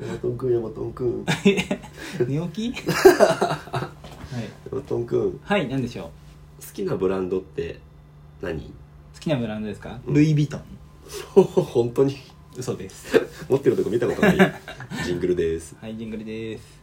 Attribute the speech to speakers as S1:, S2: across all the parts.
S1: ヤマトンくんヤマトンくんヤ
S2: 寝起きはい
S1: マトンくん好
S2: はい何でしょ
S1: きなブランドって何
S2: う好きなブランドですか、
S1: うん
S2: ルイ・ヴィトン
S1: ほほ本当に
S2: 嘘です
S1: 持ってるとこ見たことないジングルです
S2: はいジングルです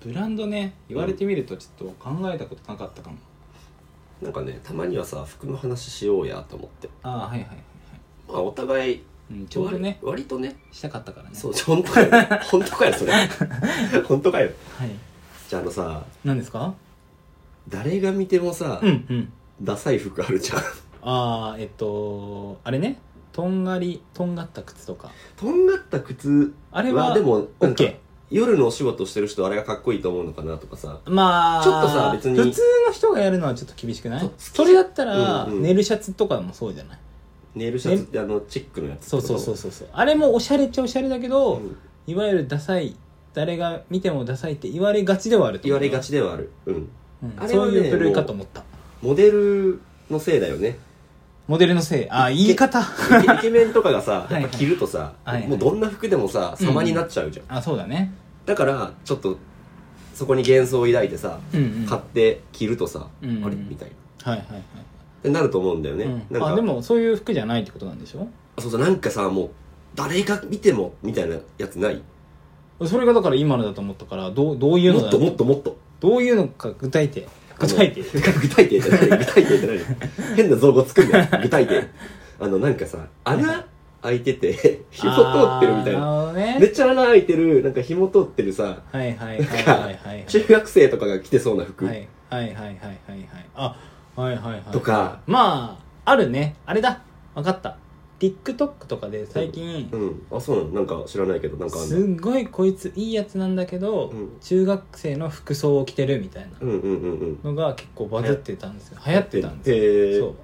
S2: ブランドね言われてみるとちょっと考えたことなかったかも
S1: なんかねたまにはさ服の話しようやと思って
S2: ああはいはいはいはい、
S1: まあお互い
S2: うん、ちょうどね
S1: 割割とね
S2: したかったからね
S1: そう本当かよ本当かよそれ本当かよ
S2: はい
S1: じゃああのさ
S2: 何ですか
S1: 誰が見てもさ、
S2: うんうん
S1: ダサい服あるじゃん
S2: ああえっとあれねとんがりとんがった靴とか
S1: とんがった靴
S2: あれは
S1: でもなんか
S2: OK
S1: 夜のお仕事してる人あれがかっこいいと思うのかなとかさ
S2: まあ
S1: ちょっとさ別に
S2: 普通の人がやるのはちょっと厳しくな
S1: そ
S2: いうそれだったら、
S1: うんうん
S2: ネイルシャツとかもそうじゃない
S1: ネイルシャツってあのチェックのやつ
S2: そうそうそううそうそうあれもおしゃれっちゃおしゃれだけど、
S1: ん
S2: いわゆるダサい誰が見てもダサいって言われがちではあると
S1: 言
S2: 思う
S1: われが、ちではあるうん
S2: うん
S1: あれ
S2: そ
S1: は
S2: う
S1: ね
S2: いう部類かと思った
S1: モデルのせいだよ ね
S2: モデルのせいああ言い方
S1: イケイケメンとかがさ
S2: はいはい
S1: やっぱ着るとさ、
S2: はいはい
S1: もうどんな服でもさ様になっちゃうじゃん、
S2: あそうだね
S1: だからちょっとそこに幻想を抱いてさ、
S2: うんうん
S1: 買って着るとさ、
S2: うんうん
S1: あれみたいなっ
S2: はいはいはい
S1: てなると思うんだよね、
S2: う
S1: なん
S2: ん、
S1: か
S2: あでもそういう服じゃないってことなんでしょ
S1: そうそうなんかさもう誰が見てもみたいなやつない
S2: それがだから今のだと思ったからどうどういうの
S1: もっ
S2: だ
S1: ともっともっと
S2: どういうのか具体点具体点
S1: あの具体点って何具体点って 何変な造語作るなよ具体点あのなんかさ穴開いて て紐通ってるみたいな
S2: あーなるほどね
S1: めっちゃ穴開いてるなんか紐通ってるさ
S2: はいは
S1: なん
S2: いはい
S1: か
S2: はいはい
S1: 中学生とかが着てそうな服、
S2: はいはいはいはいはいはいあはいはいはい
S1: とか
S2: まああるねあれだ分かった TikTok とかで最近
S1: うんあそうなのなんか知らないけどなんかあん
S2: す
S1: の
S2: っごいこいついいやつなんだけど
S1: うん
S2: 中学生の服装を着てるみたいな
S1: うんうんうんうん
S2: のが結構バズってたんですよ流行ってたんですよ
S1: へえ
S2: そう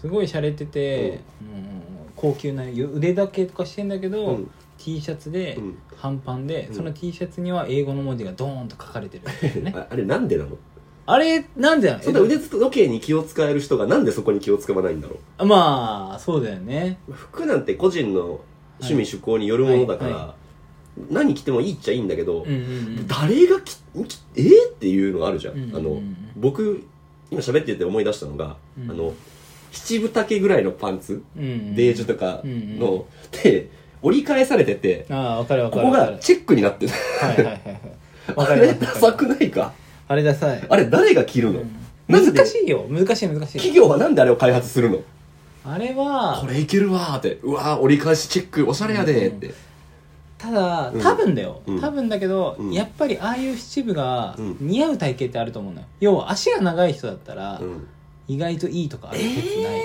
S2: すごい洒落てて、うん高級な腕だけとかしてんだけど、
S1: うん
S2: T シャツで、
S1: うん
S2: 半パンで、
S1: うん
S2: その T シャツには英語の文字がドーンと書かれてるって いうね
S1: ああれなんでなの
S2: あれなんでなの
S1: そんな腕時計に気を使える人がなんでそこに気を使わないんだろ
S2: まあそうだよね
S1: う服なんて個人の趣味趣向によるものだから、
S2: は
S1: 何着てもいいっちゃいいんだけど、
S2: うん うん
S1: 誰がききえー、っていうのがあるじゃん,、
S2: うんうんうん
S1: あの僕今喋ってて思い出したのが、
S2: うん
S1: あの七分丈ぐらいのパンツ、
S2: うん、うんうん、
S1: ベージュとかの、で折り返されてて
S2: ああ分かる分
S1: こ
S2: か
S1: こ
S2: る分か
S1: が
S2: る
S1: チェックになってる
S2: はいはいはいはい分
S1: あ
S2: かる
S1: れ
S2: 分かる
S1: ダサくないか
S2: あれダサい
S1: あれ誰が着るの、なんで
S2: 難しいよ難しい難しい
S1: 企業はなんであれを開発するの
S2: あれは
S1: これいけるわーってうわー折り返しチェックおしゃれやでーって、
S2: ただ
S1: うん
S2: 多分だよ、
S1: うん
S2: 多分だけど、
S1: うん
S2: やっぱりああいう七部が
S1: うん
S2: 似合う体型ってあると思うのよ要は足が長い人だったら
S1: うん
S2: 意外といいとかある説ない、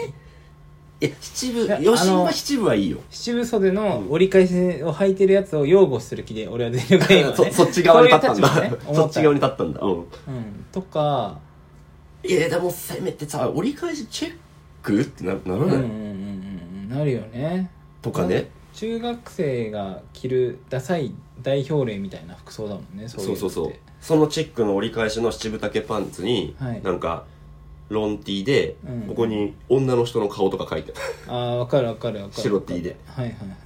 S1: いや七
S2: いや
S1: 分吉
S2: あの
S1: は七分はいいよ
S2: 七分袖の折り返しを履いてるやつを擁護する気で俺は全力で今、ね、
S1: そそっち側に立ったん
S2: こう
S1: だ、
S2: いう立場ね 思
S1: そ
S2: っ
S1: ったち側に立ったんだ、うん
S2: うん、とか
S1: いやでもせめてさ折り返しチェックってななら
S2: うんうん
S1: ない、
S2: うんうんうんなるよね
S1: とかね
S2: 中学生が着るダサい代表例みたいな服装だもんねそうい
S1: そううそ
S2: のって
S1: うそうそのチェックの折り返しの七分丈パンツに、
S2: はい
S1: なんかロンティーで、
S2: うん
S1: ここに女の人の顔とか書いてある
S2: ああ分かる分かる分かる
S1: 白 T で
S2: はいはいはい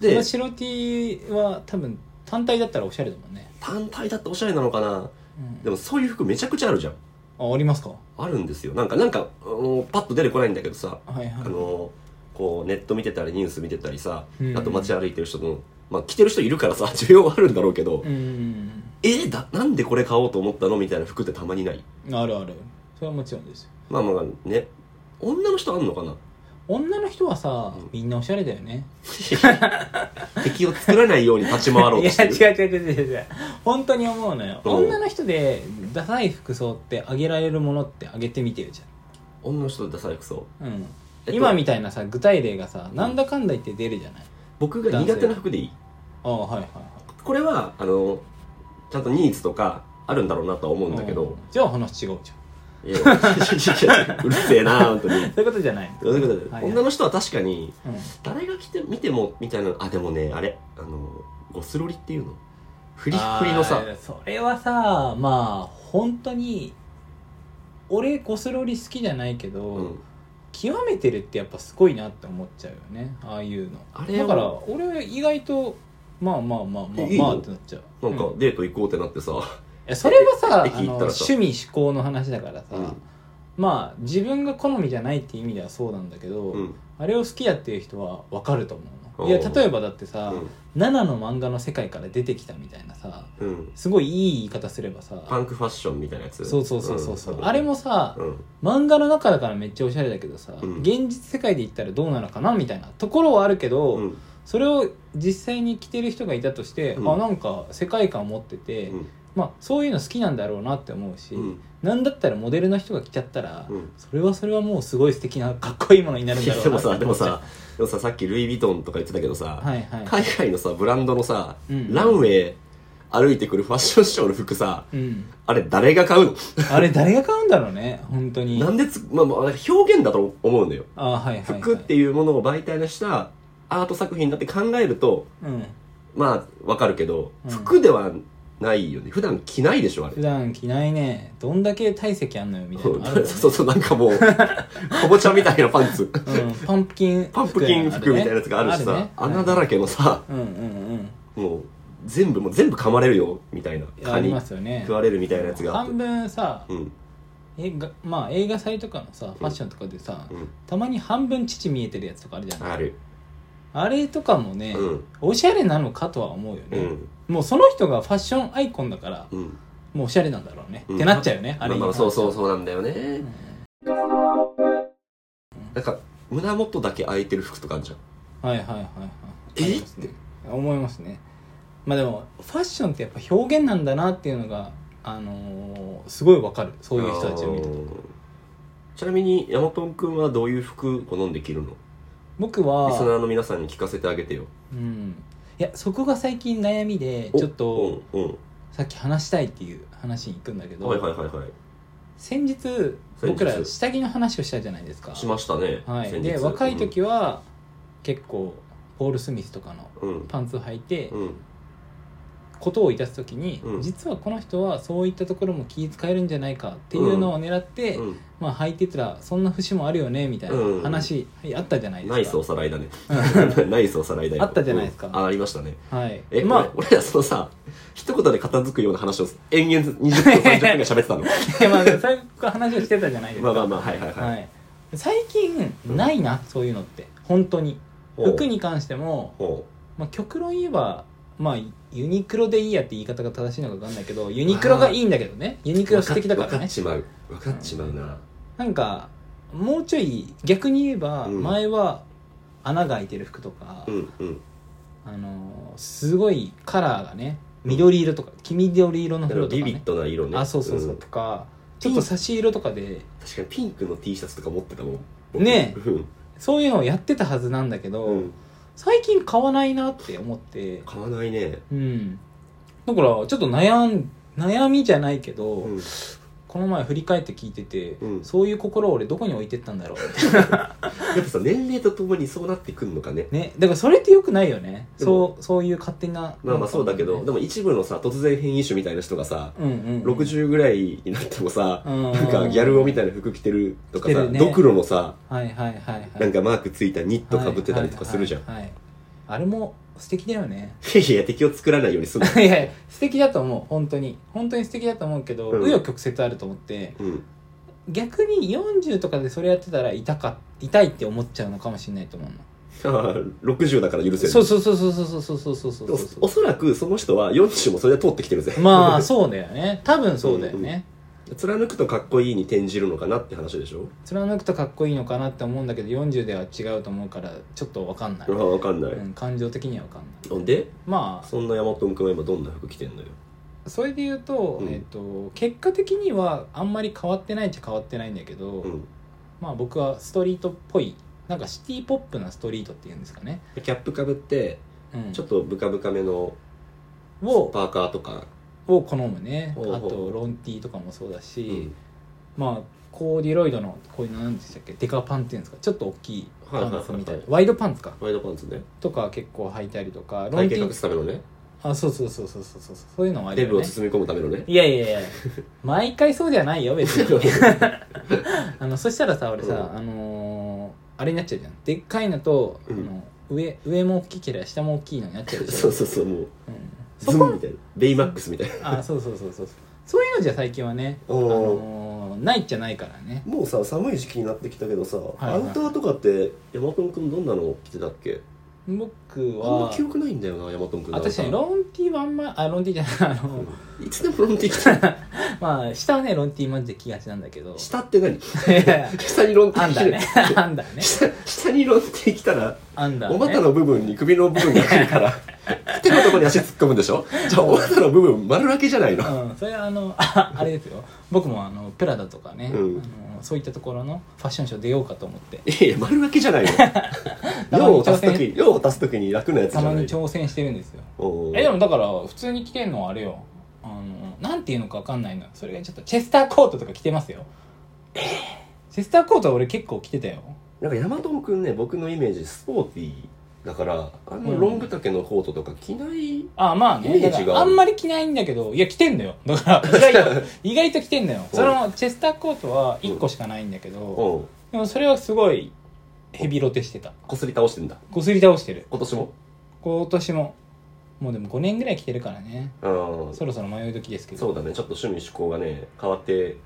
S2: その
S1: で
S2: 白 T は多分単体だったらおしゃれだもんね、
S1: 単体だっておしゃれなのかな
S2: うん
S1: でもそういう服めちゃくちゃあるじゃん
S2: あありますかは
S1: あるんですよなんかなんかもうパッと出てこないんだけどさ
S2: いはい
S1: あのこうネット見てたりニュース見てたりさ、
S2: うん
S1: あと街歩いてる人のまあ着てる人いるからさ需要はあるんだろうけど、
S2: うん
S1: えだなんでこれ買おうと思ったのみたいな服ってたまにない
S2: あるあるそれはもちろんですよ
S1: まあまあね女の人あんのかな
S2: 女の人はさ、
S1: うん
S2: みんなおしゃれだよね
S1: 敵を作らないように立ち回ろう
S2: い
S1: と
S2: や
S1: して
S2: 違
S1: る
S2: う違う違う違う違う本当に思うのよ
S1: うん
S2: 女の人でダサい服装ってあげられるものってあげてみてるじ
S1: 女の人でダサい服装
S2: ゃん、うん
S1: えっと
S2: 今みたいなさ具体例がさなんだかんだ言って出るじゃない、
S1: 僕が苦手な服でいい
S2: ああはいはいはい
S1: これはあのちゃんとニーズとかあるんだろうなとは思うんだけど、
S2: じゃあ話違うじゃん
S1: いやいやうるせえな本当に
S2: そういうことじゃない
S1: そ
S2: の
S1: ういうことで
S2: はいはい
S1: 女の人は確かに
S2: うん
S1: 誰が来て見てもみたいなあでもねあれあのゴスロリっていうのフリッフリのさ
S2: あーそれはさまあ本当に俺ゴスロリ好きじゃないけど、
S1: うん
S2: 極めてるってやっぱすごいなって思っちゃうよねああいうの
S1: あれは
S2: だから俺意外とまあまあまあまあ
S1: えいい
S2: ま
S1: の
S2: あってなっちゃう
S1: なんか
S2: う
S1: デート行こうってなってさ、
S2: えそれはさあ
S1: 駅
S2: の
S1: 行ったらさ
S2: 趣味思考の話だからさ、
S1: うん
S2: まあ自分が好みじゃないっていう意味ではそうなんだけど、
S1: うん
S2: あれを好きやっていう人は分かると思うの
S1: お
S2: いうや例えばだってさ、
S1: うん
S2: 7の漫画の世界から出てきたみたいなさ
S1: うん、
S2: すごいいい言い方すればさ
S1: パンクファッションみたいなやつ
S2: そうそうそうそうそう、
S1: ん
S2: あれもさ、
S1: うん
S2: 漫画の中だからめっちゃおしゃれだけどさ、
S1: うん
S2: 現実世界で言ったらどうなのかなみたいなところはあるけど、
S1: うん
S2: それを実際に着てる人がいたとして、
S1: うん
S2: あなんか世界観を持ってて、
S1: うん
S2: まあそういうの好きなんだろうなって思うし、
S1: うん
S2: なんだったらモデルの人が着ちゃったら、
S1: うん
S2: それはそれはもうすごい素敵なかっこいいものになるん
S1: い
S2: だ
S1: や
S2: ろ う
S1: でも
S2: なって
S1: さでも
S2: 思っちゃ
S1: さ
S2: う
S1: でもささっきルイ・ヴィトンとか言ってたけどさ、
S2: はいはい
S1: 海外のさブランドのさ、
S2: うん
S1: ランウェイ歩いてくるファッションショーの服さ
S2: うん、
S1: あれ誰が買うの
S2: あれ誰が買うんだろうね本当に
S1: なんでつ、まあ、まあ表現だと思うんだよ
S2: あはいはい、はい、
S1: 服っていうものを媒体にしたアート作品だって考えると
S2: うん
S1: まあわかるけど、
S2: うん
S1: 服ではないよね普段着ないでしょあれ
S2: 普段着ないねどんだけ体積あんのよみたいなのあるもん ね
S1: そうそうなんかもう かぼちゃみたいなパンツ
S2: うんパンプキン
S1: パンプキン服みたいなやつがあるしさ、穴だら
S2: け
S1: けのさ
S2: うんうん
S1: もう全部もう全部噛まれるよみたいな
S2: うんあ
S1: 蚊
S2: り
S1: に
S2: ますよね
S1: 食われるみたいなやつがあって
S2: 半分さ
S1: うん
S2: 映画まあ映画祭とかのさファッションとかでさ
S1: うん
S2: たまに半分乳見えてるやつとかあるじゃない
S1: ある
S2: あれとかもね
S1: うん
S2: おしゃれなのかとは思うよ
S1: う
S2: ね
S1: ん
S2: もうその人がファッションアイコンだから
S1: うん
S2: もうおしゃれなんだろうね
S1: うん
S2: ってなっちゃうよね
S1: ま
S2: あ
S1: あ
S2: れに
S1: まあ
S2: 関して
S1: そ
S2: は
S1: うそうそうなんだよね
S2: ん
S1: なんか胸元だけ開いてる服とかあるじゃん
S2: はいはいはいはい
S1: え
S2: ありますね思いますねまあでもファッションってやっぱ表現なんだなっていうのがあのーすごいわかるそういう人たちを見て
S1: あーちなみにヤマトン君はどういう服好んで着るの
S2: 僕
S1: リスナ
S2: は
S1: ーの皆さんに聞かせてあげてよ
S2: うんいやそこが最近悩みで
S1: お
S2: ちょっと
S1: うんうん
S2: さっき話したいっていう話に行くんだけど、
S1: はいはいはいはい
S2: 先日僕ら下着の話をしたじゃないですか
S1: しましたね
S2: はい、
S1: 先
S2: で
S1: 日
S2: 若い時は結構ポール・スミスとかの
S1: うん
S2: パンツを履いて、
S1: うん
S2: ことをいたす時に、
S1: うん
S2: 実はこの人はそういったところも気遣えるんじゃないかっていうのを狙って、
S1: うん
S2: まあ履いてたらそんな節もあるよねみたいな
S1: うん
S2: 話、はいあったじゃない
S1: ナイ
S2: です
S1: ス
S2: か
S1: おさらいだ ねナイスおさらいだよ
S2: あったじゃないですか
S1: うんあありましたね
S2: はい
S1: え、
S2: ま
S1: ま
S2: あ
S1: あ、俺らそのさ、一言で片付くような話を延々20分、30分が喋って たの。
S2: まあそう いう話をしてたじゃないです
S1: ま
S2: か
S1: あまあまあ、はいはいはい。
S2: はい、最近
S1: うん
S2: ないな、そういうのって本当に
S1: おう
S2: 服に関しても、
S1: おう
S2: まあ、極論言えばまあユニクロでいいやって言い方が正しいのか分かんないけどユニクロがいいんだけどねユニクロ素敵だか
S1: 分
S2: ら
S1: かっ
S2: ね
S1: ちまう。分かっちまうな。
S2: なんかもうちょい逆に言えば
S1: うん
S2: 前は穴が開いてる服とか、
S1: うんうん。
S2: あのーすごいカラーがね緑色とか黄緑色の
S1: だか
S2: 風
S1: ら
S2: 呂と
S1: ビ
S2: か
S1: ビッ
S2: ね
S1: ドな色ね。
S2: あそうそうそう、
S1: ん
S2: とかちょっと差し色とかで
S1: 確かにピンクの T シャツとか持ってたもん。僕
S2: ね
S1: うん。
S2: そういうのをやってたはずなんだけど、
S1: うん
S2: 最近買わないなって思って
S1: 買わないね。
S2: うんだからちょっと悩ん悩みじゃないけど、
S1: うん
S2: この前振り返って聞いてて、
S1: うん
S2: そういう心を俺どこに置いてったんだろうって
S1: やっぱさ、年齢とともにそうなってくんのかね。
S2: ねだからそれってよくないよね
S1: でも
S2: そうそういう勝手な
S1: まあまあそうだけど、でも一部のさ、突然変異種みたいな人がさ、
S2: うんうんうん、
S1: 60ぐらいになってもさ、
S2: うん
S1: なんかギャル男みたいな服着てるとか
S2: 着て
S1: さ、
S2: るね
S1: ドクロのさ、
S2: はいはいはいはい
S1: なんかマークついたニットかぶってたりとかするじゃん。
S2: はいはいはいあれも素敵だよね
S1: いやいや、敵を作らないようにする
S2: いやいや素敵だと思う本当に本当に素敵だと思うけど
S1: うん
S2: 紆余、曲折あると思って
S1: うん。
S2: 逆に40とかでそれやってたら痛か痛いって思っちゃうのかもしれないと思うの
S1: あー60だから許せる。
S2: そうそうそうそうそうそうそうそうそう
S1: でも
S2: そうそ
S1: おそらくその人は40もそれで通ってきてるぜ。
S2: うまあそうだよね多分そうだよね、
S1: 貫くとかっこいいに転じるのかなって話でしょ
S2: 貫くとかっこいいのかなって思うんだけど40では違うと思うからちょっと分かんない、
S1: ああ、わかんない。
S2: うん、感情的には分かんない
S1: で、
S2: まあ
S1: そんなヤマトン君は今どんな服着てんのよ。
S2: それで言うと,、
S1: うん
S2: えっと結果的にはあんまり変わってないっちゃ変わってないんだけど、
S1: うん。
S2: まあ僕はストリートっぽいなんかシティポップなストリートっていうんですかね、
S1: キャップかぶって、
S2: うん、
S1: ちょっとブカブカめの
S2: を
S1: パーカーとか、
S2: を好むねあ
S1: ほうほう
S2: とロンティーとかもそうだ
S1: う
S2: し
S1: ん、
S2: まあコーデュロイドのこういうの何でしたっけデカパンっていうんですかちょっと大きいパンツ
S1: はいは
S2: みたい
S1: いはい
S2: な
S1: はい
S2: ワイドパンツか
S1: ワイドパンツね
S2: とか結構履いたりとかロ
S1: 体
S2: ンテ
S1: 型
S2: ィ
S1: 隠すためのね
S2: あそうそうそうそうそうそうそういうのもある
S1: デブ
S2: よ
S1: を
S2: ね
S1: 包み込むためのね
S2: いやいやいや毎回そうではないよ別に あのそしたらさ俺さ、
S1: うん
S2: あのーあれになっちゃうじゃんでっかいのと、
S1: うん
S2: あの上上も大きければ下も大きいのになっちゃうでし
S1: そ
S2: ょ
S1: うそうそうもう
S2: うん
S1: ズ
S2: そ
S1: ン
S2: こ
S1: みたいなベイマックスみたいな
S2: あそうそうそうそうそういうのじゃ最近はね、あ
S1: おー
S2: のーないじゃないからね
S1: もうさ寒い時期になってきたけどさ、
S2: いはい
S1: アウターとかってヤマトン君どんなの着てたっけ
S2: 僕
S1: あんま
S2: は
S1: 記憶ないんだよなヤマトン君
S2: あ確かにロンティーはあんまあロンティーじゃないあの
S1: ンいつでもロンティ着てる
S2: まあ下はねロンティーマジで着がちなんだけど
S1: 下って何
S2: あ
S1: 下にロンティ
S2: ん
S1: 着て
S2: だ
S1: る、
S2: ねあんだね
S1: 下下にロンティ着たら
S2: あんだね
S1: お股の部分に首の部分が来るから 手のとこに足突っ込むんでしょじゃあお股の部分丸開けじゃないの
S2: うん、それはあの ああれですよ僕もあのプラダとかね、
S1: うん
S2: あのそういったところのファッションショー出ようかと思って
S1: いやいや丸開けじ ゃないの量を足すとき量を足すときに楽なやつじ
S2: た
S1: ゃ
S2: ま
S1: な
S2: に
S1: い
S2: 挑戦してるんですよ
S1: おー
S2: えでもだから普通に着てんのはあれよあのなんていうのかわかんないなそれがちょっとチェスターコートとか着てますよチェスターコートは俺結構着てたよ
S1: なんかヤマトンくんね僕のイメージスポーティーだからあんま
S2: うん
S1: ロング丈のコートとか着ない、
S2: ああまあ
S1: イメ
S2: ね
S1: ージが
S2: だからあんまり着ないんだけどいや着てんだよ だから意外と意外と着てんだよそのチェスターコートは1個しかないんだけど
S1: うん
S2: でもそれはすごいヘビロテしてた
S1: こすり倒してんだ
S2: こすり倒してる
S1: 今年も
S2: 今年ももうでも5年ぐらい来てるからね
S1: うん
S2: そろそろ迷い時ですけど
S1: そうだねちょっと趣味嗜好がね変わって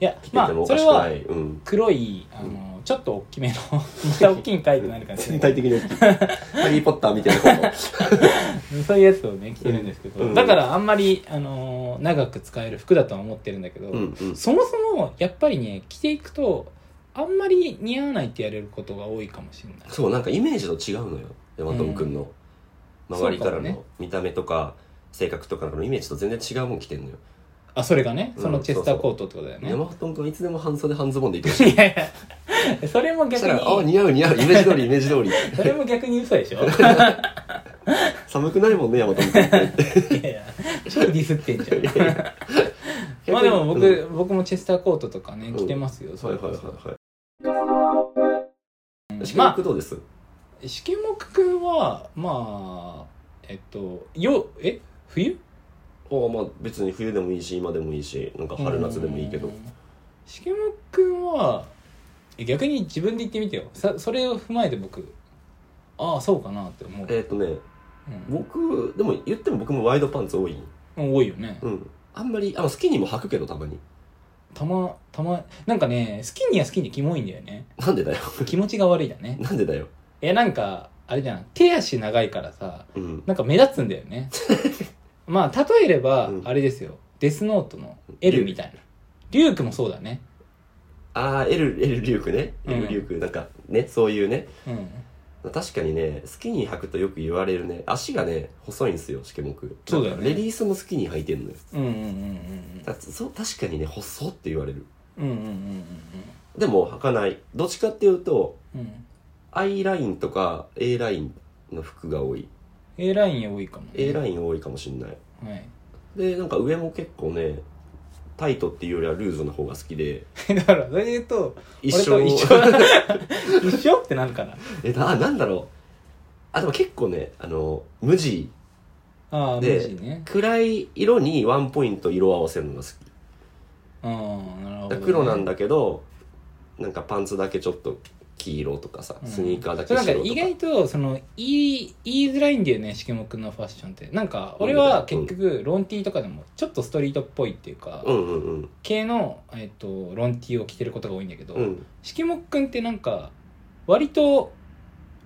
S2: いや
S1: きてて
S2: まあ
S1: もお
S2: そ
S1: か
S2: れ
S1: しく
S2: は
S1: ない、 うん
S2: 黒いあの、ちょっと大きめの また大きいんかいってなる感じ
S1: 全体的に大 きいハリー・ポッターみたいなコート
S2: そういうやつをね着てるんですけど、
S1: うん
S2: だからあんまりあの長く使える服だとは思ってるんだけど、
S1: うんうん
S2: そもそもやっぱりね着ていくとあんまり似合わないって言われることが多いかもしれない
S1: そうなんかイメージと違うのよヤマトンくんの、周りから
S2: そうかもね
S1: の見た目とか性格とかのイメージと全然違うもん着てんのよ、
S2: あそれがねその
S1: うん
S2: チェスターコートってことだよね、
S1: ヤマトンくんはいつでも半袖半ズボンでい てほしい
S2: いやいやそれも
S1: そし
S2: 逆
S1: たら「あ
S2: に
S1: 似合う似合うイメージ通りイメージ通り
S2: それも逆に嘘でしょ
S1: 寒くないもんねヤマトンくん」って
S2: いやいや超ディスってんじゃん
S1: いやいや
S2: まあでも僕、
S1: うん
S2: 僕もチェスターコートとかね
S1: ん
S2: 着てますよ、そ
S1: は
S2: れ
S1: いはい
S2: こ
S1: は
S2: そ
S1: いはい。
S2: ま
S1: 四どうです。
S2: あ四季目くんはまあえっとよえ冬
S1: おまあ別に冬でもいいし今でもいいしなんか春夏でもいいけど
S2: うん四季目くんはえ逆に自分で言ってみてよさそれを踏まえて僕ああそうかなって思う、
S1: えっ、とね
S2: うん
S1: 僕でも言っても僕もワイドパンツ多い
S2: うん多いよね、
S1: うんあんまりあのスキニーも履くけどたまに
S2: たまたまなんかね好きには好きにキモいんだよね
S1: なんでだよ
S2: 気持ちが悪いだね
S1: なんでだよ
S2: えなんかあれじゃん手足長いからさ
S1: うん
S2: なんか目立つんだよね まあ例えれば
S1: うん
S2: あれですよ、デスノートの L みたいなリュウクもそうだね
S1: ああ L, L リュークね L リュークなんかねそういうね
S2: うん
S1: 確かにねスキニー履くとよく言われるね足がね細いんですよしけもく
S2: そうだよね
S1: レディースもスキニー履いてんのよ
S2: うんうんうん
S1: だそう確かにね細って言われる
S2: うんうんうんうん
S1: でも履かないどっちかっていうと
S2: うんうん
S1: I ラインとか A ラインの服が多い
S2: A ライン多いかも、ね、
S1: A ラ
S2: イ
S1: イン多いかもしんない
S2: ン、はい、
S1: でなんか上も結構ねタイトっていうよりはルーズの方が好きで
S2: だからそれで言うと
S1: 一緒
S2: 俺と一緒一緒 ってなるかな
S1: えななんだろうあでも結構ねあの無地
S2: ああ
S1: で
S2: 無事ね
S1: 暗い色にワンポイント色を合わせるのが好き
S2: ああなる
S1: だか
S2: ほど、
S1: ら
S2: ね、
S1: 黒なんだけどなんかパンツだけちょっと黄色とかさ
S2: うん
S1: スニーカーだ
S2: そ
S1: け
S2: うなんか
S1: 白とか
S2: 意外とその言い言いづらいんだよねしけもくんのファッションってなんか俺は結局ロンティーとかでもちょっとストリートっぽいっていうか、
S1: うんうんうん
S2: 系の、えっとロンティーを着てることが多いんだけど、
S1: うん
S2: しきもっくんってなんか割と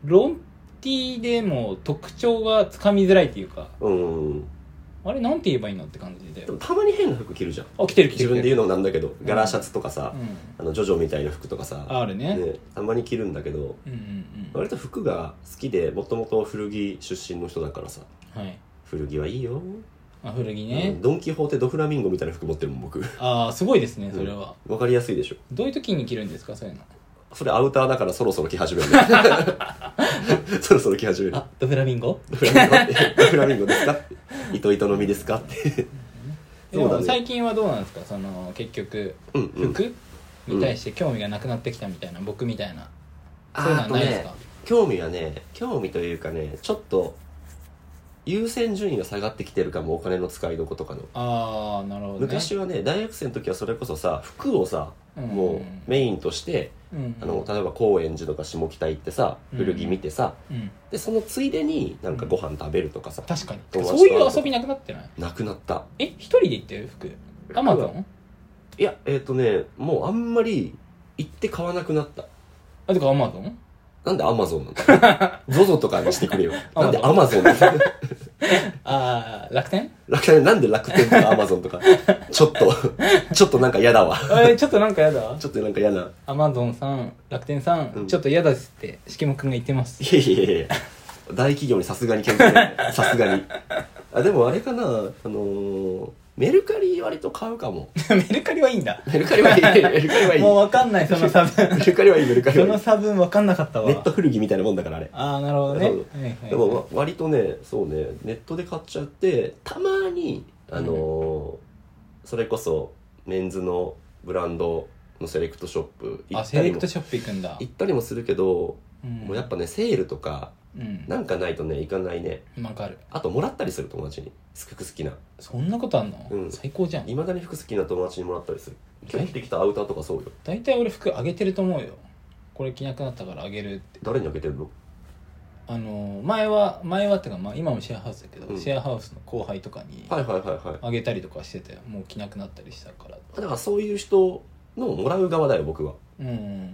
S2: ロンティーでも特徴がつかみづらいっていうか
S1: うんうん
S2: あれなんて言えばいいのって感じで
S1: でもたまに変な服着るじゃん
S2: あ着てる着
S1: 自
S2: てる
S1: 分で
S2: 着て
S1: 言
S2: る
S1: うのもなんだけどガラシャツとかさ、
S2: うん、
S1: あのジョジョみたいな服とかさ
S2: ああるね
S1: ね、たまに着るんだけど
S2: うんうんうん
S1: 割と服が好きでもともと古着出身の人だからさ
S2: はい
S1: 古着はいいよ、
S2: あ古着ね、
S1: うんドン・キホーテドフラミンゴみたいな服持ってるもん僕
S2: ああすごいですねそれは、
S1: わかりやすいでしょ
S2: どういう時に着るんですかそういうの
S1: それアウターだからそろそろ着始め るそろそろ着始める
S2: あドフラミンゴ
S1: ドフラミンゴってドフラミンゴですかって糸糸の実ですかって
S2: で
S1: そうだ
S2: も
S1: ね
S2: 最近はどうなんですかその結局
S1: うんうん
S2: 服に対して興味がなくなってきたみたいな僕みたいな
S1: あ
S2: そういう
S1: ー
S2: のは
S1: あと
S2: ないです
S1: ね
S2: か
S1: 興味はね興味というかねちょっと優先順位が下がってきてるかもお金の使いどことかの
S2: ああなるほどね
S1: 昔はね大学生の時はそれこそさ服をさ
S2: うん
S1: もうメインとして
S2: うん
S1: あの例えば高円寺とか下北行ってさ
S2: うん
S1: 古着見てさ
S2: うん
S1: でそのついでになんかご飯食べるとかさ
S2: 確かに
S1: 友達と
S2: そういう遊びなくなってない
S1: なくなった
S2: え一人で行ってる服アマゾン
S1: いやえっ、とねもうあんまり行って買わなくなった
S2: あてかアマゾン
S1: なんでアマゾンな のゾゾとかにしてくれよなんでアマゾンなの
S2: ああ楽天
S1: 楽 天なんで楽天とかアマゾンとかちょっと ちょっとなんか嫌だわ
S2: えーちょっとなんかやだ
S1: ちょっとなんか嫌な
S2: アマゾンさん楽天さん、
S1: うん
S2: ちょっと嫌だっつってしきもくんが言ってます
S1: いやいやいやいや大企業にさすがに検討ないさすがにあでもあれかなあのーメルカリ割と買うかも
S2: メルカリはいいんだ
S1: メルカリ はいいメルカリはいい
S2: もう分かんないその 差分
S1: メルカリはいいメルカリ
S2: そ
S1: はい
S2: の
S1: い
S2: 差分分かんなかったわ
S1: ネット古着みたいなもんだからあれ
S2: ああなるほどね、
S1: そ
S2: は
S1: う
S2: い
S1: そう
S2: はいはい
S1: でもわ割とねそうねネットで買っちゃってたまにあのーそれこそメンズのブランドのセレクトショップ行
S2: あ
S1: った
S2: セレ
S1: り
S2: ク
S1: も
S2: トショップ行くんだ
S1: 行ったりもするけど、
S2: うん
S1: もうやっぱねセールとか
S2: うん
S1: なんかないとね行かないね
S2: なんかある
S1: あともらったりする友達に服好きな
S2: そんなことあんの、
S1: うん
S2: 最高じゃん
S1: いまだに服好きな友達にもらったりする
S2: え
S1: 今日着てきたアウターとかそうよ
S2: 大体俺服あげてると思うよこれ着なくなったからあげるって
S1: 誰にあげてるの
S2: あのー前は前はっていうか、まあ、今もシェアハウスだけど、
S1: うん
S2: シェアハウスの後輩とかに
S1: はいはいはいはい
S2: あげたりとかしててもう着なくなったりしたから
S1: だからそういう人のもらう側だよ僕は
S2: うんうんうん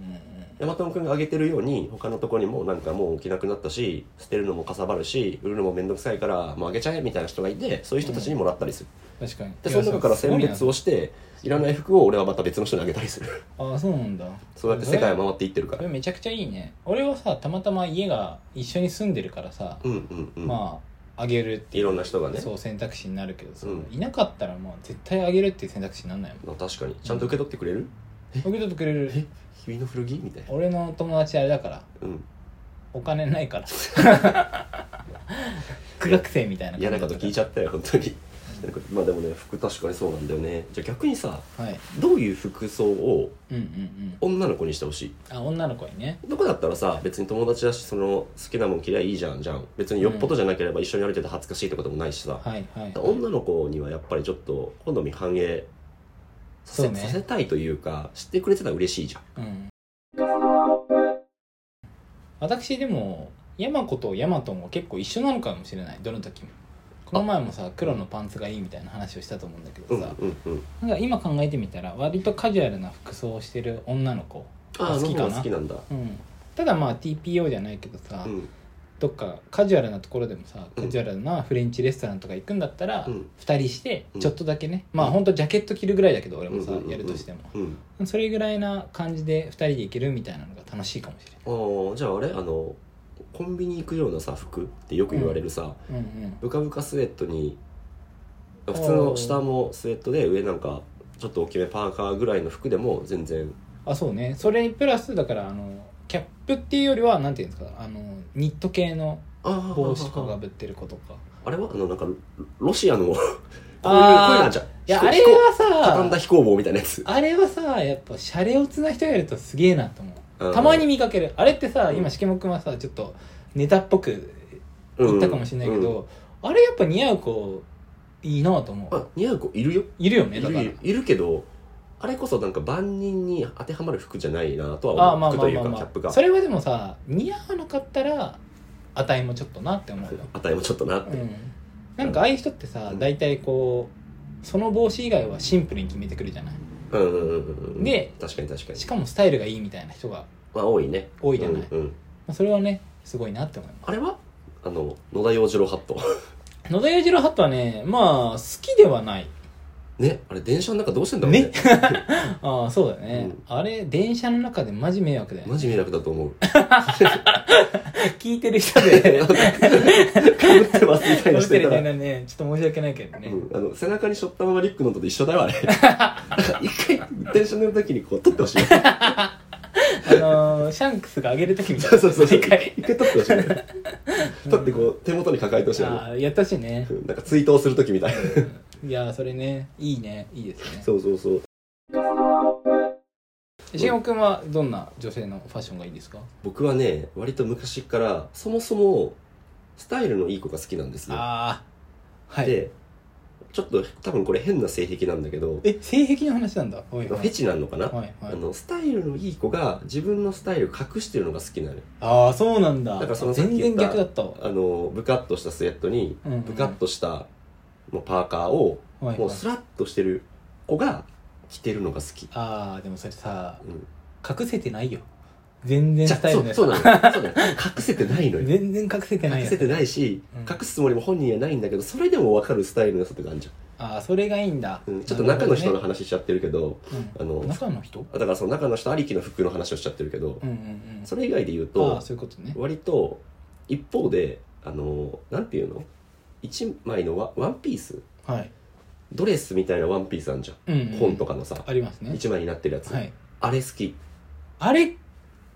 S1: ヤマトン君があげてるように他のとこにもなんかもう着なくなったし捨てるのもかさばるし売るのもめんどくさいからもうあげちゃえみたいな人がいてそういう人たちにもらったりする、
S2: うん確かに
S1: でその中から選別
S2: を
S1: をしていらない服を俺はまた別の人にあげたりする
S2: ああそうなんだ
S1: そうやって世界を回っていってるか
S2: こ
S1: ら
S2: れめちゃくちゃいいね俺はさたまたま家が一緒に住んでるからさ、
S1: うんうんうん、
S2: まああげるって
S1: い
S2: いう
S1: ろんな人がね
S2: そう選択肢になるけどさ、
S1: うん
S2: いなかったらもう絶対あげるっていう選択肢になんないもん
S1: まあ確かにちゃんと受け取ってくれる
S2: 受け取ってくれる
S1: え君の古着みたいな
S2: 俺の友達あれだから
S1: うん
S2: お金ないから 苦学生みたいな
S1: 嫌なこと聞いち
S2: ゃ
S1: ゃったよ本当にまあでもね服確かにそうなんだよねじゃあ逆にさ
S2: うはい
S1: どういう服装を
S2: うんうんうん
S1: 女の子にしてほしい
S2: あ女の子にね
S1: どこだったらさ別に友達だしその好きなもん着りゃいいじゃんじゃん別によっぽどじゃなければ一緒に歩いてて恥ずかしいとかでもないしさ、
S2: はいはい
S1: 女の子にはやっぱりちょっと好み反映さ
S2: そ
S1: せ,、
S2: うね
S1: させたいというか知ってくれてたら嬉しいじゃん
S2: うん私でもヤマコとヤマトンは結構一緒なのかもしれないどの時もこの前もさ黒のパンツがいいみたいな話をしたと思うんだけ
S1: う
S2: ど
S1: んう
S2: さ、
S1: んうん
S2: なんか今考えてみたら割とカジュアルな服装をしてる女の子、
S1: ああ
S2: 好
S1: 好
S2: き
S1: き
S2: かな
S1: 好きなんだ
S2: うん、ただまあ TPO じゃないけどさ、
S1: うん
S2: どっかカジュアルなところでもさ
S1: うん
S2: カジュアルなフレンチレストランとか行くんだったら、
S1: う
S2: 二
S1: ん
S2: 2人して
S1: うん
S2: ちょっとだけね、まあほんとジャケット着るぐらいだけど俺もさ、
S1: うんうんうんうん
S2: やるとしても
S1: うん
S2: それぐらいな感じで2人で行けるみたいなのが楽しいかもし
S1: あーじゃああれあのコンビニ行くようなさ服ってよく言われるさ、
S2: れない、うんうん、
S1: ブカブカスウェットに
S2: お
S1: 普
S2: ー
S1: 通の下もスウェットで上なんかちょっと大きめパーカーぐらいの服でも全然
S2: あそうねそれにプラスだからあのキャップっていうよりはなんていうんですかあのニット系の
S1: あ
S2: 帽子とかがぶってる子とか
S1: あれはあのなんかロロシアのこういうこういう
S2: あー
S1: なんじゃん
S2: いや
S1: 飛行
S2: あれ
S1: 畳んだ
S2: はさ
S1: 飛行帽みたいなやつ
S2: あれはさやっぱシャレオツな人がやるとすげえなと思
S1: う
S2: うん たまに見かけるあれってさ
S1: うん
S2: 今しけもくんはさちょっとネタっぽく
S1: うん
S2: 言ったかもしれないけど、あれやっぱ似合う子いいなと思
S1: うんあ
S2: う
S1: 似合う子いるよ
S2: いるよね
S1: い
S2: だから
S1: るいるけどあれこそなんか万人に当てはまる服じゃないなと
S2: あ
S1: は
S2: あま
S1: 思う服
S2: あまあ
S1: という
S2: ま
S1: か
S2: あ、
S1: キャップ
S2: まあ、
S1: が
S2: それはでもさ似合わなかったら値もちょっとなって思うよ、
S1: 値もちょっとなっ
S2: う
S1: て、
S2: ん、なんかああいう人ってさ
S1: うん
S2: 大体こうその帽子以外はシンプルに決めてくるじゃない
S1: うん、うんうんうんうん
S2: で
S1: 確かに確かに
S2: しかもスタイルがいいみたいな人が
S1: ま
S2: ま
S1: あ多いね
S2: 多いじゃない
S1: うんうん
S2: あそれはねすごいなって思いま
S1: あれはあの野田洋次郎ハット
S2: す野田洋次郎ハットはねまあ好きではない
S1: ねあれ電車の中どうしてんだろうね
S2: ねああそうだね、あれ電車の中でマジ迷惑だよね
S1: マジ迷惑だと思う
S2: 聞いてる 人
S1: 被
S2: で
S1: ってますみたいな
S2: 見
S1: してて
S2: る
S1: たら、
S2: ねねちょっと申し訳ないけどね、
S1: うんあの背中に背負ったままリュックのとと一緒だよ あれ一回電車乗る時にこう取ってほしい
S2: あのーシャンクスが上げるときみたい
S1: そ
S2: な
S1: うそうそう一
S2: 毎
S1: 回
S2: 回
S1: 取ってほしい 取ってこう手元に抱えてほしいの
S2: ああやったしいね
S1: うんなんか追悼する時みたいな
S2: いやーそれねいいねいいですね
S1: そうそうそう
S2: えしげもくんはどんな女性のファッションがいいですか
S1: 僕はね割と昔からそもそもスタイルのいい子が好きなんですよ、
S2: ああはい
S1: でちょっと多分これ変な性癖なんだけど
S2: え性癖の話なんだはい
S1: フ
S2: は
S1: ェ
S2: い
S1: チなのかな、
S2: はいはい
S1: あのスタイルのいい子が自分のスタイルを隠してるのが好きなのよ
S2: ああそうなんだ
S1: だからそのさっき
S2: 全
S1: 言
S2: 然
S1: った
S2: 逆だったわ
S1: あのブカッとしたスウェットに
S2: うんうん
S1: ブカッとしたもうパーカーを
S2: はい
S1: も
S2: は
S1: う
S2: い
S1: スラッとしてる子が着てるのが好き、
S2: ああでもそれさ
S1: うん
S2: 隠せてないよ全然
S1: じゃ
S2: スタイルの
S1: あ
S2: やつ
S1: そうそうなのよそうなのよ隠せてないのよ
S2: 全然隠せてない
S1: 隠
S2: や
S1: せ
S2: つ
S1: てないし、
S2: うん
S1: 隠すつもりも本人はないんだけどそれでも分かるスタイルの良さとかあるじ
S2: ああそれがいいんだ、
S1: ゃん、うんちょっと中の人の
S2: なる
S1: 話しちゃってるけど
S2: ほどね、
S1: あの
S2: うん中の人
S1: だからその中の人ありきの服の話をしちゃってるけど
S2: うんうんうん
S1: それ以外で言う
S2: ああ
S1: と
S2: そういうことね
S1: 割と一方であのなんていうの一枚のワワンピース
S2: はい、
S1: ドレスみたいなワンピースあんじゃ
S2: うんうん
S1: ん、
S2: うん、
S1: 本とかのさ
S2: ありますね
S1: 一枚になってるやつ、
S2: はい
S1: あれ好き
S2: あれ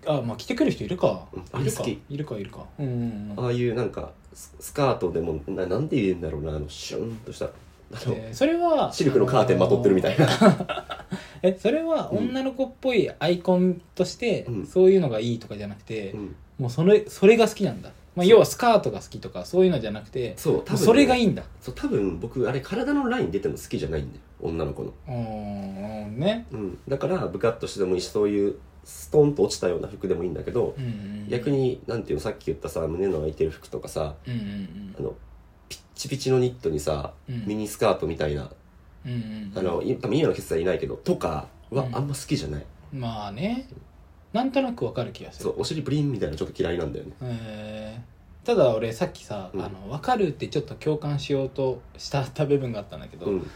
S2: あまあ着てくる人いるか、
S1: うん
S2: いるか
S1: あれ好
S2: いるかいるかうんうんうん
S1: ああいうなんかススカートでもななんて言うんだろうなあのシュンとしたあの、
S2: えーそれは
S1: シルクのカーテンまとってるみたいな、
S2: えそれは
S1: うん
S2: 女の子っぽいアイコンとして、
S1: うん
S2: そういうのがいいとかじゃなくて、
S1: うん
S2: もうそれそれが好きなんだ、まあ、
S1: そう
S2: 要はスカートが好きとかそういうのじゃなくて
S1: そう多分ね、
S2: それがいいんだ
S1: そう多分僕あれ体のライン出てるの好きじゃないんだよ女の子の、
S2: うーんね
S1: うん、だからブカッとしてもいいしそういうストンと落ちたような服でもいいんだけど、
S2: うんうん
S1: 逆になんていうのさっき言ったさ胸の開いてる服とかさ
S2: うんうん
S1: あのピッチピチのニットにさ
S2: うんうん
S1: ミニスカートみたいな、
S2: うんうん
S1: あのい多分今の決済いないけどとかは
S2: うん
S1: あんま好きじゃない、
S2: まあねなんとなくわかる気がす
S1: そ
S2: る
S1: うお尻ブリンみたいなのちょっと嫌いなんだよね
S2: えーただ俺さっきさ、
S1: うん
S2: あの分かるってちょっと共感しようとしたた部分があったんだけど、
S1: うん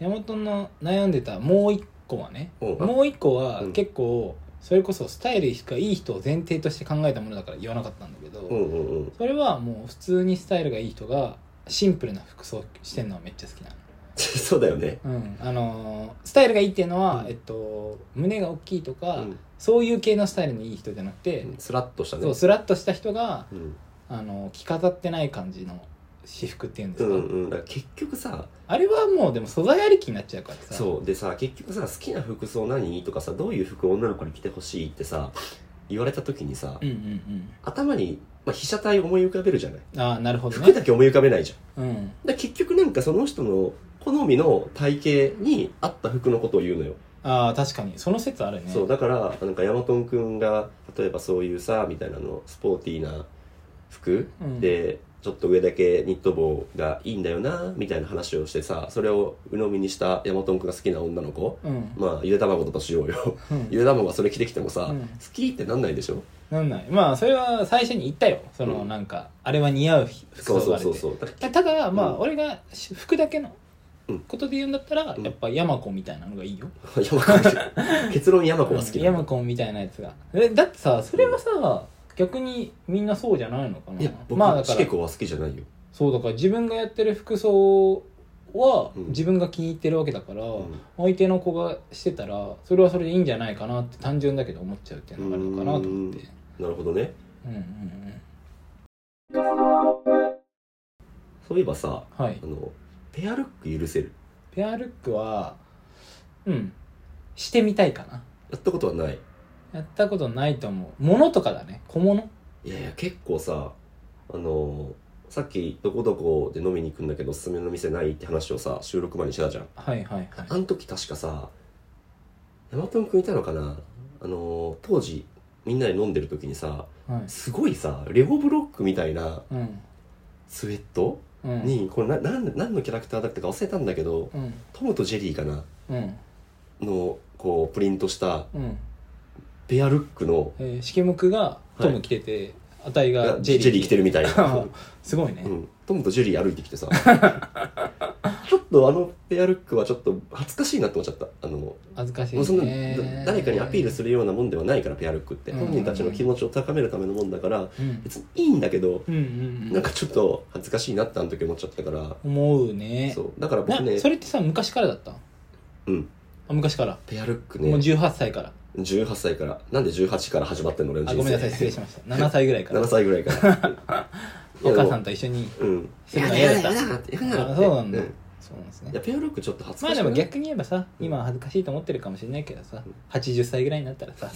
S2: 山本の悩んでたもう一個はね
S1: おう
S2: もう一個は
S1: うん
S2: 結構それこそスタイルがいい人を前提として考えたものだから言わなかったんだけど、
S1: うんうんうん
S2: それはもう普通にスタイルがいい人がシンプルな服装してんのはめっちゃ好きなの。
S1: そうだよね
S2: うん、あのースタイルがいいっていうのは、
S1: うん
S2: えっと、胸が大きいとか、
S1: うん
S2: そういう系のスタイルのいい人じゃなくて、
S1: スラッとしたね
S2: そうスラッとした人が
S1: うん
S2: あの着飾ってない感じの私服っていうんで
S1: う
S2: すか、
S1: んうん、だから結局さ
S2: あれはもうでも素材ありきになっちゃうからさ
S1: そうでさ結局さ好きな服装何とかさどういう服を女の子に着てほしいってさ言われた時にさ、
S2: うんうん
S1: 頭に、まあ、被写体思い浮かべるじゃない
S2: うんああなるほど
S1: 服
S2: ね
S1: だけ思い浮かべないじゃん
S2: うん
S1: だから結局なんかその人の好みの体型に合った服のことを言うのよ、
S2: ああ確かにその説あるね
S1: そうだからなんかヤマトンくんが例えばそういうさみたいなのスポーティーな服、
S2: うん
S1: でちょっと上だけニット帽がいいんだよなみたいな話をしてさそれを鵜呑みにしたヤマトンくんが好きな女の子
S2: うん、
S1: まあゆで卵だとしようよ
S2: うん、
S1: ゆで卵がそれ着てきてもさ、
S2: うん
S1: 好きってなんないでしょ
S2: なんないまあそれは最初に言ったよその、
S1: うん
S2: なんかあれは似合う
S1: そ
S2: 服
S1: う
S2: 装
S1: そ
S2: があ
S1: う
S2: る
S1: そうそうだか
S2: ただまあ、
S1: うん
S2: 俺が服だけの
S1: うん
S2: ことで言うんだったら、
S1: うん
S2: やっぱヤマコみたいなのがいいよ
S1: らヤマコ が結論ヤマコが好き
S2: うん
S1: な
S2: ヤ
S1: の
S2: マコみたいなやつがえだってさそれはさ、逆にみんなそうじゃないのかない
S1: や僕、
S2: まあだ
S1: シ
S2: か
S1: ケ
S2: ら
S1: コは好きじゃないよ
S2: そうだから自分がやってる服装は
S1: うん
S2: 自分が気に入ってるわけだから、
S1: うん
S2: 相手の子がしてたらそれはそれでいいんじゃないかなって単純だけど思っちゃうっていうのがあるのかなと思って
S1: なるほどね
S2: うんうんうん
S1: そういえばさ
S2: はい
S1: あのペアルック許せる
S2: ペアルックはうんしてみたいかな
S1: やったことはない
S2: やったことないと思う物とかだね小物
S1: いやいや結構さあのさっきどこどこで飲みに行くんだけどおすすめの店ないって話をさ収録前にしてたじゃん
S2: はいはいはい
S1: あの時確かさヤマトンくんいたのかなあの当時みんなで飲んでる時にさ
S2: はい
S1: すごいさレゴブロックみたいな
S2: うん
S1: スウェット
S2: うん
S1: にこれななん何のキャラクターだったか忘れたんだけど
S2: うん
S1: トムとジェリーかな
S2: うん
S1: のこうプリントした
S2: うん
S1: ペアルックの
S2: えー、シケムクがトム着てて、あたいがジェリー
S1: ジェリー 着てるみたいな
S2: すごいね、
S1: うん、トムとジュリー歩いてきてさ ちょっとあのペアルックはちょっと恥ずかしいなって思っちゃったあのも
S2: 恥ずかしいう
S1: そんな
S2: ね
S1: だ誰かにアピールす
S2: る
S1: るようなもんではないからペアルックって
S2: うん
S1: 本人たちの気持ちを高めるためのもんだから
S2: うん
S1: 別にいいんだけど
S2: うんうんう
S1: なん
S2: ん
S1: かちょっと恥ずかしいなってあの時思っちゃったから
S2: 思うね
S1: そうだから
S2: な
S1: 僕ね
S2: それってさ昔からだった
S1: うん
S2: あ昔から、
S1: ペアルック
S2: も
S1: ね
S2: う18歳から
S1: 18歳からなんで18から始まってんの俺の
S2: あ
S1: 人生
S2: ごめんなさい失礼しました7歳ぐらいから
S1: 7歳ぐらいから
S2: お母さん
S1: と
S2: と一緒に
S1: うん
S2: するの嫌だった
S1: やだやだやだやだやだ
S2: あそうなんだ
S1: うん
S2: そうなんです
S1: いや
S2: ね
S1: ペアルックちょっと恥ず
S2: まあ
S1: かし
S2: で
S1: くな
S2: も
S1: い
S2: 逆に言えばさ今は恥ずかしいと思ってるかもしれないけどさ80歳ぐらいになっ たらさ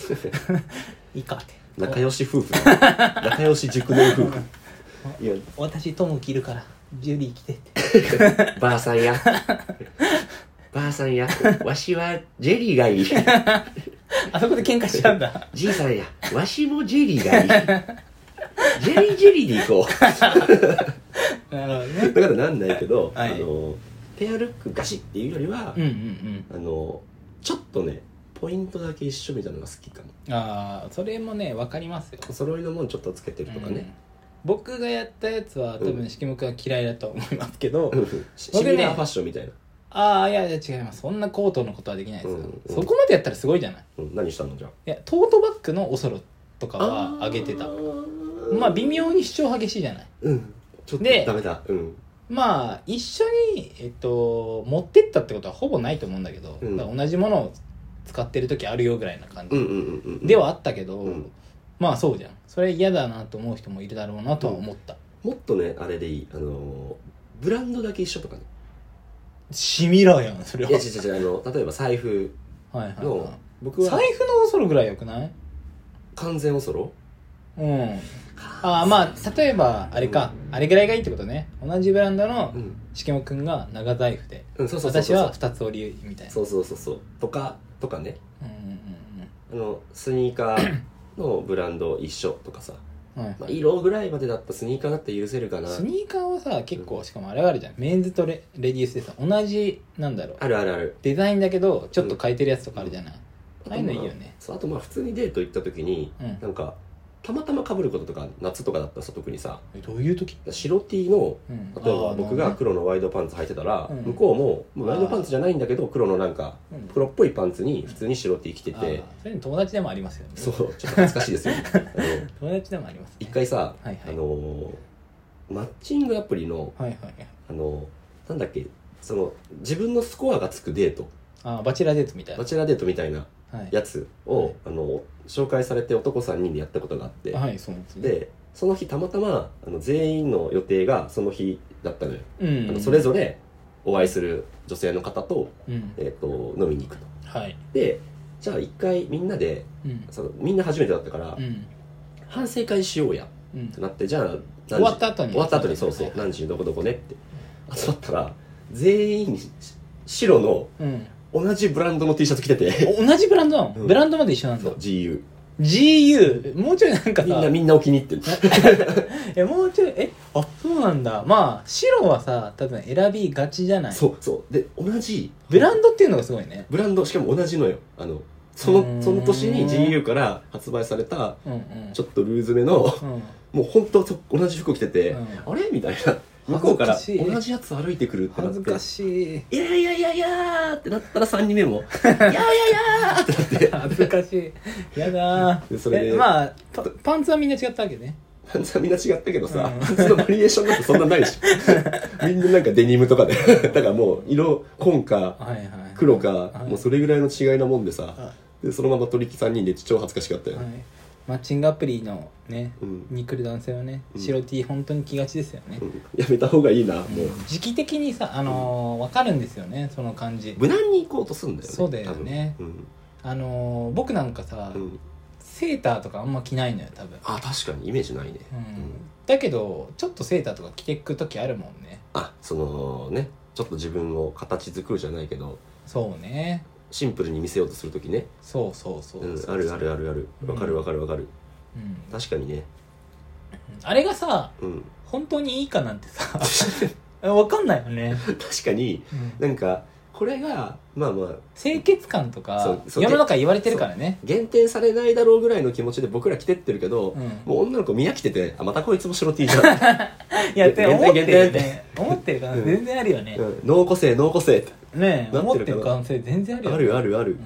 S2: いいかって
S1: 仲良し夫婦だ仲良し熟年夫婦いや
S2: 私トム着るからジュリー着てって
S1: ばあさんやばあさんやわしはジェリーがいい
S2: あそこで喧嘩しちゃうんだ
S1: じいさんやわしもジェリーがいいジェリージェリーで行こう
S2: なるほどね
S1: だからなんないけど、
S2: はい
S1: あのペアルックガシっていうよりは
S2: うん、うん
S1: あのちょっとねポイントだけ一緒みたいなのが好きかも
S2: うんああそれもね分かりますよ
S1: お揃いのもんちょっとつけてるとか
S2: うん
S1: ね、
S2: 僕がやったやつは多分しきもくんは嫌いだと思いますけど、
S1: うん、シ
S2: 僕ね
S1: ミラーファッションみたいな、
S2: ああいやいや違いますそんなコートのことはできないですよ、
S1: うんうん
S2: そこまでやったらすごいじゃない
S1: うん、何したのじゃ
S2: いやトートバッグのおそろとか
S1: あ
S2: は上げてた
S1: ー
S2: まあ微妙に主張激しいじゃない
S1: うんちょっと
S2: で
S1: ダメだうん
S2: まあ一緒に、えっと、持ってったってことはほぼないと思うんだけど、
S1: うん
S2: だから同じものを使ってる時あるよぐらいな感
S1: う
S2: じ、
S1: んうんうんうん
S2: ではあったけど、
S1: うん
S2: まあそうじゃんそれ嫌だなと思う人もいるだろうなとは思った、
S1: もっとねあれでいいあのーブランドだけ一緒とかね
S2: シミラーやんそれはい
S1: や違う違う違うあの例えば財布
S2: はいはい、
S1: の
S2: は
S1: 僕
S2: い、
S1: は
S2: 財布のおそろぐらいよくない
S1: 完全おそろ
S2: うんああまあ例えばあれかあれぐらいがいいってことね同じブランドの
S1: うん、
S2: しけもくんが長財布で
S1: うん、そうそうそう
S2: 私
S1: そう
S2: は二つ折りみたいな
S1: そうそうそうそうとかとかね
S2: うんうん
S1: あのスニーカーのブランド一緒とかさ、
S2: うんうんはい
S1: まあ、色ぐらいまでだったらスニーカーだって許せるかな
S2: スニーカーはさ結構しかもあれがあるじゃんメンズとレレディースでさ同じなんだろう
S1: あるあるある
S2: デザインだけどちょっと変えてるやつとかあるじゃない、ああいうのいいよね
S1: そうあとまあ普通にデート行った時に
S2: うん
S1: なんかたまたま被ることとか夏とかだったらさ特にさ
S2: えどういう時、
S1: 白 T の
S2: うん
S1: 例えば僕
S2: あ
S1: が
S2: ー
S1: 黒のワイドパンツ履いてたら、
S2: うん
S1: 向こうももうワイドパンツじゃないんだけど黒のなんか
S2: うん
S1: 黒っぽいパンツに普通に白 T 着て
S2: あー
S1: て
S2: それに友達でもありますよね
S1: そうちょっと恥ずかしい ですよあの
S2: 友達でもあります、ね、
S1: 一回さ、
S2: はいはい
S1: あのーマッチングアプリの
S2: はいはいはい
S1: あのーなんだっけその自分のスコアがつくデート
S2: あーバチェラーデートみたいな
S1: バチェラーデートみたいな
S2: はい
S1: やつを、
S2: はい
S1: あの紹介されて男3人でやったことがあって、
S2: はいそうなんですね
S1: でその日たまたまあの全員の予定がその日だったのよ、
S2: うん
S1: あのそれぞれお会いする女性の方と,、
S2: うん
S1: えー、と飲みに行くと
S2: はい
S1: でじゃあ一回みんなで
S2: うん
S1: そのみんな初めてだったから、
S2: うん
S1: 反省会しようやっ
S2: うん
S1: てなってじゃあ何時
S2: 終わった後に
S1: 終わった後にそうそう何時にどこどこねって集まったら全員し白の
S2: うん
S1: 同じブランドの T シャツ着てて
S2: お同じブランドなの、
S1: うん
S2: ブランドまで一緒なん
S1: そ
S2: だ
S1: う GU
S2: GU もうちょいなんか
S1: みんな
S2: さ
S1: みんなお気に入ってる
S2: えもうちょいえあそうなんだまあ白はさ多分選びがちじゃない
S1: そうそうで同じ
S2: ブランドっていうのがすごいね
S1: ブランドしかも同じのよあのそう
S2: ー
S1: の
S2: ん
S1: その年に GU から発売された
S2: うんうん
S1: ちょっとルーズめの
S2: うん
S1: もう本当と同じ服着てて、
S2: うん
S1: あれみたいな向こうから
S2: 恥ずかしい
S1: 同じやつ歩いてくるってなっ
S2: 恥
S1: て
S2: ずかしい
S1: いやいやいやいやーってなったら3人目 も「いやいやいやー!」ってなって
S2: 恥ずかしいやだー
S1: でそれで
S2: えまあパパンツはみんな違ったわけね
S1: パンツはみんな違ったけどさ、
S2: うん
S1: パンツのバリエーションなんてそんなないし みんななんかデニムとかでだからもう色紺か
S2: はいはい
S1: 黒
S2: は
S1: か
S2: い
S1: もうそれぐらいの違いなもんでさ
S2: は
S1: でそのまま取り引き3人で超恥ずかしかった
S2: い
S1: よ、
S2: マッチングアプリのね、
S1: うん
S2: に来る男性はね
S1: うん
S2: 白 T 本当に着がちですよね、
S1: うんやめた方がいいなもう、
S2: 時期的にさあのー、分かるんですよねその感じ
S1: 無難に行こうとすんだよね
S2: そうだよね
S1: 多分
S2: あのー、僕なんかさ、
S1: うん、うん、
S2: セーターとかあんま着ないのよ多分、
S1: あ確かにイメージないね、
S2: うん
S1: うん
S2: だけどちょっとセーターとか着てく時あるもんね
S1: あそのねちょっと自分を形作るじゃないけど
S2: そうね
S1: シンプルに見せようとするときね、
S2: そうそうそう、
S1: うん、あるあるあるあるわかるわかるわかる、
S2: うん
S1: 確かにね
S2: あれがさ
S1: うん
S2: 本当にいいかなんてさ分かんないよね、
S1: 確かに
S2: うん
S1: なんかこれがまあまあ
S2: 清潔感とか
S1: そうそう
S2: 世の中言われてるからね
S1: 減点されないだろうぐらいの気持ちで僕ら着てってるけど、
S2: うん
S1: もう女の子見飽きててあまたこいつも白 T じ ゃん、
S2: いやって
S1: 限定
S2: 思ってるよ
S1: 限
S2: ね思ってる可
S1: う
S2: 能
S1: ん
S2: 性全然あるよね、
S1: うん、脳個性脳個性って
S2: ねえ
S1: なっ
S2: 思っ
S1: る
S2: てて
S1: から
S2: る可能性全然ある
S1: あ
S2: よね
S1: るあるある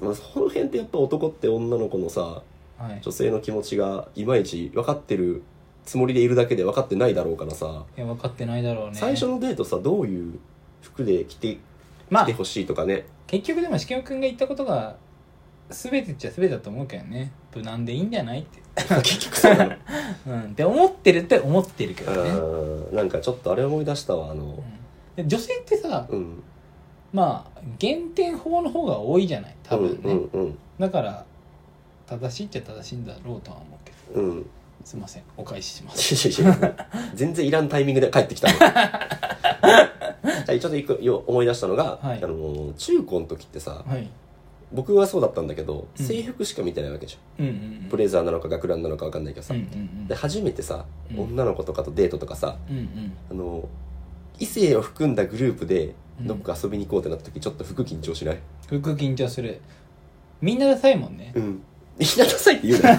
S2: う、ん
S1: まあ、その辺ってやっぱ男って女の子のさ
S2: はい、
S1: 女性の気持ちがいまいち分かってるつもりでいるだけで分かってないだろうからさ、
S2: いや分かってないだろうね
S1: 最初のデートさどういう服で着て
S2: ま
S1: 着
S2: あ
S1: てほしいとかね、
S2: 結局でもしけおくんが言ったことが全てっちゃ全てだと思うけどね無難でいいんじゃないって、
S1: 結局そうな の
S2: うん、って思ってるって思ってるけ
S1: あ
S2: どね、
S1: ーなんかちょっとあれ思い出したわあの
S2: うんで女性ってさ
S1: うん
S2: まあ減点法の方が多いじゃない多分ね、
S1: うんうん
S2: だから正しいっちゃ正しいんだろうとは思うけど
S1: うんうん
S2: すいませんお返しします
S1: いやいやいや全然いらんタイミングで帰ってき たのはいちょっと一個よ思い出したのが、
S2: はい
S1: あの中高の時ってさ
S2: はい
S1: 僕はそうだったんだけど
S2: うん
S1: 制服しか見てないわけじゃ
S2: うんうん
S1: ん、ブレザーなのか学ランなのか分かんないけどさ、
S2: うんうん
S1: で初めてさ、
S2: うん
S1: 女の子とかとデートとかさ
S2: うんうん
S1: あの異性を含んだグループで
S2: うん
S1: どっか遊びに行こうってなった時ちょっと服緊張しない
S2: 服緊張するみんなダサいもんね
S1: うん行きなさいって言うな
S2: い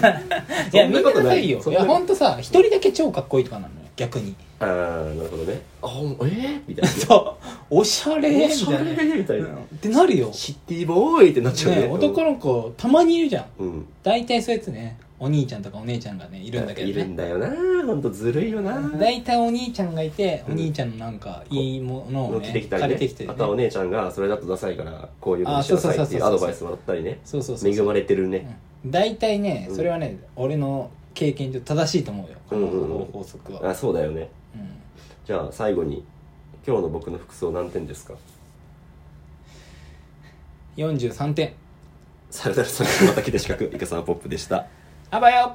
S2: や
S1: そん
S2: み
S1: なんこ
S2: な
S1: と
S2: ダ
S1: な
S2: サ
S1: い
S2: いよ
S1: そ
S2: い
S1: んな
S2: やほんとさ一人だけ超かっこいいとかなのよ逆に
S1: ああなるほどねあほんえーみたいな
S2: そうおしゃれみ
S1: おしたゃ
S2: いな
S1: れみたいな、
S2: ってなるよ、
S1: シティボーイってなっちゃうね
S2: ね、男の子たまにいるじゃん
S1: うん
S2: 大体そういうやつねお兄ちゃんとかお姉ちゃんがねい
S1: い
S2: るんだけど
S1: る
S2: ね
S1: んだよなほんとずるいよな
S2: 大体お兄ちゃんがいてお
S1: うん
S2: 兄ちゃんのなんかいいものを
S1: 乗っ
S2: ね
S1: てきたり
S2: 借
S1: ね
S2: りてきてね
S1: あとはお姉ちゃんがそれだとダサいからこういうのにしなさいっていう
S2: あ
S1: アド
S2: そうそうそうそう
S1: バイスもらったりね
S2: そうそうそう
S1: 恵まれてるね
S2: うん大体ね
S1: うん
S2: それはね、俺の経験上正しいと思うよこの法則は、
S1: あそうだよね
S2: うん
S1: じゃあ最後に今日の僕の服装何点ですか
S2: 43点
S1: サルダルさんの畑で四角イカさんポップでした
S2: あばよ